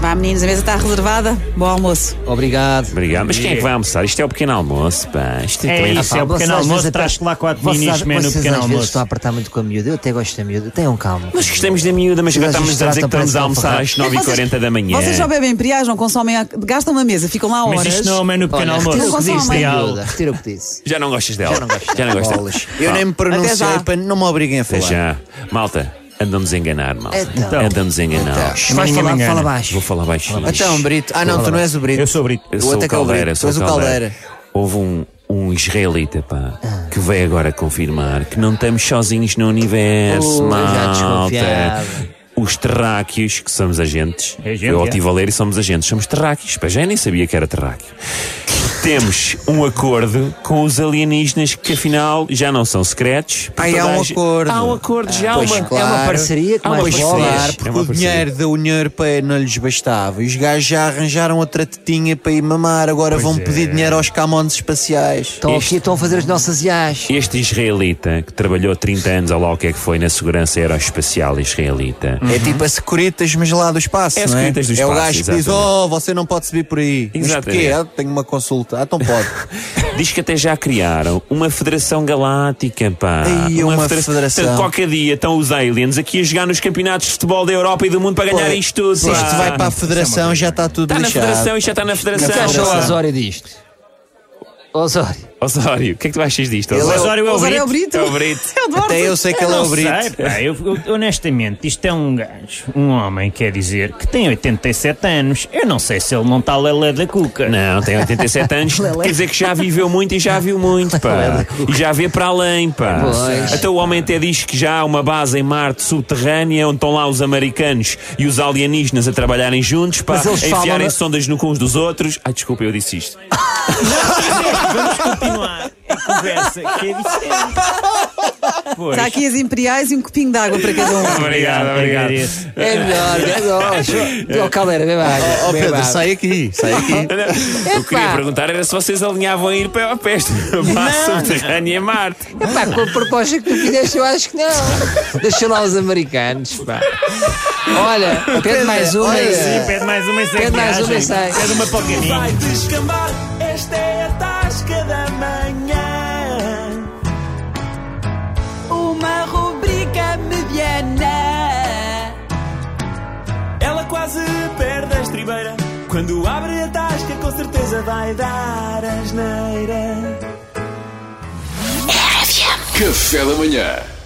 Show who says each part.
Speaker 1: Vá, meninos, a mesa está reservada. Bom almoço.
Speaker 2: Obrigado.
Speaker 3: Obrigado. Mas quem é que vai almoçar? Isto é o pequeno almoço, pá. Isto
Speaker 4: É
Speaker 3: também-
Speaker 4: isso, é
Speaker 2: Vocês
Speaker 4: o pequeno
Speaker 2: às vezes
Speaker 4: almoço,
Speaker 2: até-
Speaker 4: traz-te lá quatro
Speaker 2: Vocês,
Speaker 4: minis,
Speaker 2: vocês
Speaker 4: menu
Speaker 2: às
Speaker 4: pequeno
Speaker 2: vezes
Speaker 4: almoço.
Speaker 2: estão a apertar muito com a miúda. Eu até gosto da miúda. Tenham calma.
Speaker 3: Mas gostamos da miúda, mas agora
Speaker 2: Mas
Speaker 3: estamos a dizer que
Speaker 2: tratam
Speaker 3: estamos a
Speaker 2: parece
Speaker 3: almoçar às
Speaker 2: que
Speaker 3: 9h40 da manhã.
Speaker 1: Vocês só bebem imperiais, não consomem, a- gastam uma mesa, ficam lá horas.
Speaker 4: É. Mas isto não é o menu pequeno
Speaker 2: Olha, retira
Speaker 4: almoço.
Speaker 2: o que
Speaker 1: Consome.
Speaker 2: disse
Speaker 4: Isto
Speaker 2: da
Speaker 4: é algo.
Speaker 2: miúda. Retira o que disse.
Speaker 3: Já não gostas dela.
Speaker 2: Já não gosto.
Speaker 3: Já não gostas dela.
Speaker 2: Bolas.
Speaker 5: Eu nem me
Speaker 1: Até já.
Speaker 5: pronunciei, para não me obriguem a
Speaker 3: Até
Speaker 5: falar.
Speaker 3: já. Malta, andamos a enganar, malta.
Speaker 2: Então.
Speaker 3: andamos a enganar.
Speaker 2: Vais
Speaker 4: Ninguém
Speaker 2: falar,
Speaker 4: me engana.
Speaker 2: fala baixo.
Speaker 3: Vou falar baixinho.
Speaker 5: Então, Brito. Ah, não, tu não és o Brito.
Speaker 4: Eu sou o Brito.
Speaker 3: Eu
Speaker 5: O
Speaker 3: sou
Speaker 5: outro é
Speaker 3: o
Speaker 5: que é o
Speaker 3: Caldeira.
Speaker 5: Brito,
Speaker 3: sou
Speaker 5: tu és o Caldeira.
Speaker 3: Houve um, um israelita, pá,
Speaker 5: Ah.
Speaker 3: que veio agora confirmar que não estamos sozinhos no universo,
Speaker 2: Oh, já
Speaker 3: malta.
Speaker 2: desconfiava.
Speaker 3: Os terráqueos, que somos agentes.
Speaker 4: É gente,
Speaker 3: Eu
Speaker 4: é.
Speaker 3: estive a ler e somos agentes. Somos terráqueos. Pá, já nem sabia que era terráqueo. Temos um acordo com os alienígenas que afinal já não são secretos. porque
Speaker 5: Ai, há
Speaker 3: toda a
Speaker 5: um
Speaker 3: gente-
Speaker 5: acordo. Ah,
Speaker 3: Há um acordo, já há
Speaker 5: Pois,
Speaker 3: uma, é uma
Speaker 5: claro. Ah,
Speaker 3: parceria que
Speaker 2: Há
Speaker 3: mais
Speaker 2: uma
Speaker 3: vale.
Speaker 2: parceria.
Speaker 5: Claro,
Speaker 3: É
Speaker 5: porque
Speaker 3: uma
Speaker 5: o
Speaker 3: parceria.
Speaker 5: dinheiro da União Europeia não lhes bastava. E Os gajos já arranjaram outra tetinha para ir mamar. Agora vão pedir dinheiro aos camontes espaciais.
Speaker 2: Estão
Speaker 3: Este-
Speaker 2: aqui, estão a fazer as nossas iás.
Speaker 3: Este israelita que trabalhou 30 anos, ou lá o que é que foi, na segurança aeroespacial israelita.
Speaker 5: É tipo a securitas, mas lá do espaço,
Speaker 3: É
Speaker 5: não é?
Speaker 3: securitas do
Speaker 5: é o
Speaker 3: espaço,
Speaker 5: gajo que diz,
Speaker 3: exatamente.
Speaker 5: oh, você não pode subir por aí. Mas
Speaker 3: Exatamente.
Speaker 5: porquê? Ah, tenho uma consulta. Ah, então pode.
Speaker 3: Diz que até já criaram uma federação galáctica, pá.
Speaker 5: Ai, uma federação.
Speaker 3: Portanto, qualquer dia estão os aliens aqui a jogar nos campeonatos de futebol da Europa e do mundo para ganhar
Speaker 5: Pô,
Speaker 3: isto tudo,
Speaker 5: Se
Speaker 3: pá.
Speaker 5: isto vai para a federação, já está tudo
Speaker 3: Está na
Speaker 5: lixado.
Speaker 3: federação e já está na
Speaker 2: O que
Speaker 3: federação.
Speaker 2: achou o
Speaker 5: Não.
Speaker 2: Osório disto? Osório.
Speaker 3: Osório, o que é que tu achas disto?
Speaker 5: Ele é o-
Speaker 4: Osório é o
Speaker 1: Osório é o
Speaker 4: Brito.
Speaker 3: É
Speaker 1: Brito.
Speaker 3: o Brito.
Speaker 1: É o Duarte.
Speaker 5: Até eu sei que ele é o
Speaker 4: Não sei,
Speaker 5: Brito.
Speaker 4: pá, eu- eu- honestamente, isto é um gajo, um homem, quer dizer, que tem 87 anos. Eu não sei se ele não está lelé da cuca.
Speaker 3: Não, tem 87 anos, quer dizer que já viveu muito e já viu muito, pá. E já vê para além, pá.
Speaker 2: Pois.
Speaker 3: Até o homem até diz que já há uma base em Marte subterrânea onde estão lá os americanos e os alienígenas a trabalharem juntos, pá,
Speaker 2: Mas eles
Speaker 3: a
Speaker 2: falam
Speaker 3: enfiarem
Speaker 2: na-
Speaker 3: sondas no cu uns dos outros. Ai, desculpa, eu disse isto.
Speaker 4: Vamos continuar a conversa, que é diferente. Pois.
Speaker 1: Está aqui as imperiais e um copinho de água para cada um.
Speaker 3: Obrigado, obrigado.
Speaker 4: agradeço.
Speaker 2: É melhor, é melhor. Ó, Caldeira, beba água.
Speaker 5: Ó
Speaker 2: beba
Speaker 5: Pedro,
Speaker 2: água.
Speaker 5: sai aqui, sai aqui.
Speaker 3: Eu queria perguntar era se vocês alinhavam a ir para a peste, base subterrânea em Marte.
Speaker 2: Pá, com a proposta que tu fizeste, eu acho que não. Deixa lá os americanos, pá. Olha, pede mais um, é uma.
Speaker 5: olha,
Speaker 2: e-
Speaker 5: sim,
Speaker 4: Pede mais uma e segue
Speaker 2: Pede mais É uma e
Speaker 4: viagem.
Speaker 2: sai.
Speaker 4: Pede uma para o caminho.
Speaker 6: Vai descambar, esta é a tasca da manhã.
Speaker 1: Uma rubrica mediana.
Speaker 6: Ela quase perde a estribeira. Quando abre a tasca, com certeza vai dar asneira.
Speaker 7: Café da manhã.